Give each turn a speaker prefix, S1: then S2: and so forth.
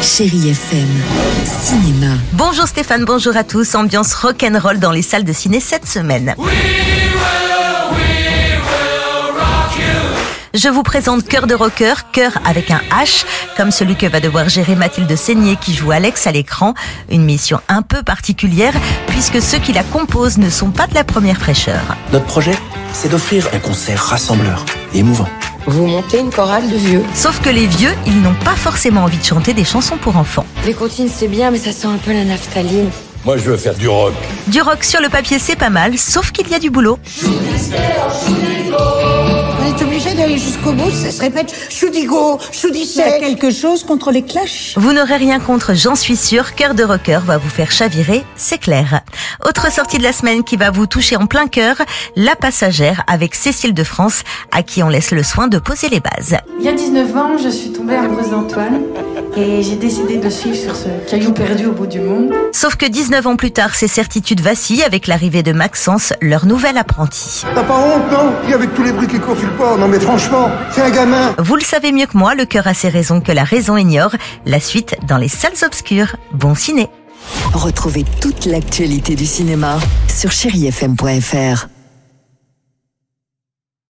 S1: Chérie FM, cinéma.
S2: Bonjour Stéphane, bonjour à tous. Ambiance rock'n'roll dans les salles de ciné cette semaine. Je vous présente Cœur de rocker, cœur avec un H, comme celui que va devoir gérer Mathilde Seigné qui joue Alex à l'écran. Une mission un peu particulière puisque ceux qui la composent ne sont pas de la première fraîcheur.
S3: Notre projet, c'est d'offrir un concert rassembleur et émouvant.
S4: Vous montez une chorale de vieux.
S2: Sauf que les vieux, ils n'ont pas forcément envie de chanter des chansons pour enfants.
S4: Les comptines, c'est bien, mais ça sent un peu la naphtaline.
S5: Moi, je veux faire du rock.
S2: Du rock sur le papier, c'est pas mal, sauf qu'il y a du boulot.
S6: On est obligé d'aller jusqu'au bout, ça se répète choudigo, choudichet. quelque chose contre les clashs
S2: Vous n'aurez rien contre, j'en suis sûre, Cœur de Rocker va vous faire chavirer, c'est clair. Autre sortie de la semaine qui va vous toucher en plein cœur, La Passagère avec Cécile de France, à qui on laisse le soin de poser les bases.
S7: Il y a 19 ans, je suis tombée amoureuse d'Antoine et j'ai décidé de le suivre sur ce caillou perdu au bout du monde.
S2: Sauf que 19 ans plus tard, ces certitudes vacillent avec l'arrivée de Maxence, leur nouvel apprenti.
S8: T'as pas honte, non Et avec tous les bruits qui courent sur le port, non mais franchement, c'est un gamin
S2: Vous le savez mieux que moi, le cœur a ses raisons que la raison ignore. La suite dans les salles obscures. Bon ciné
S1: Retrouvez toute l'actualité du cinéma sur chérifm.fr.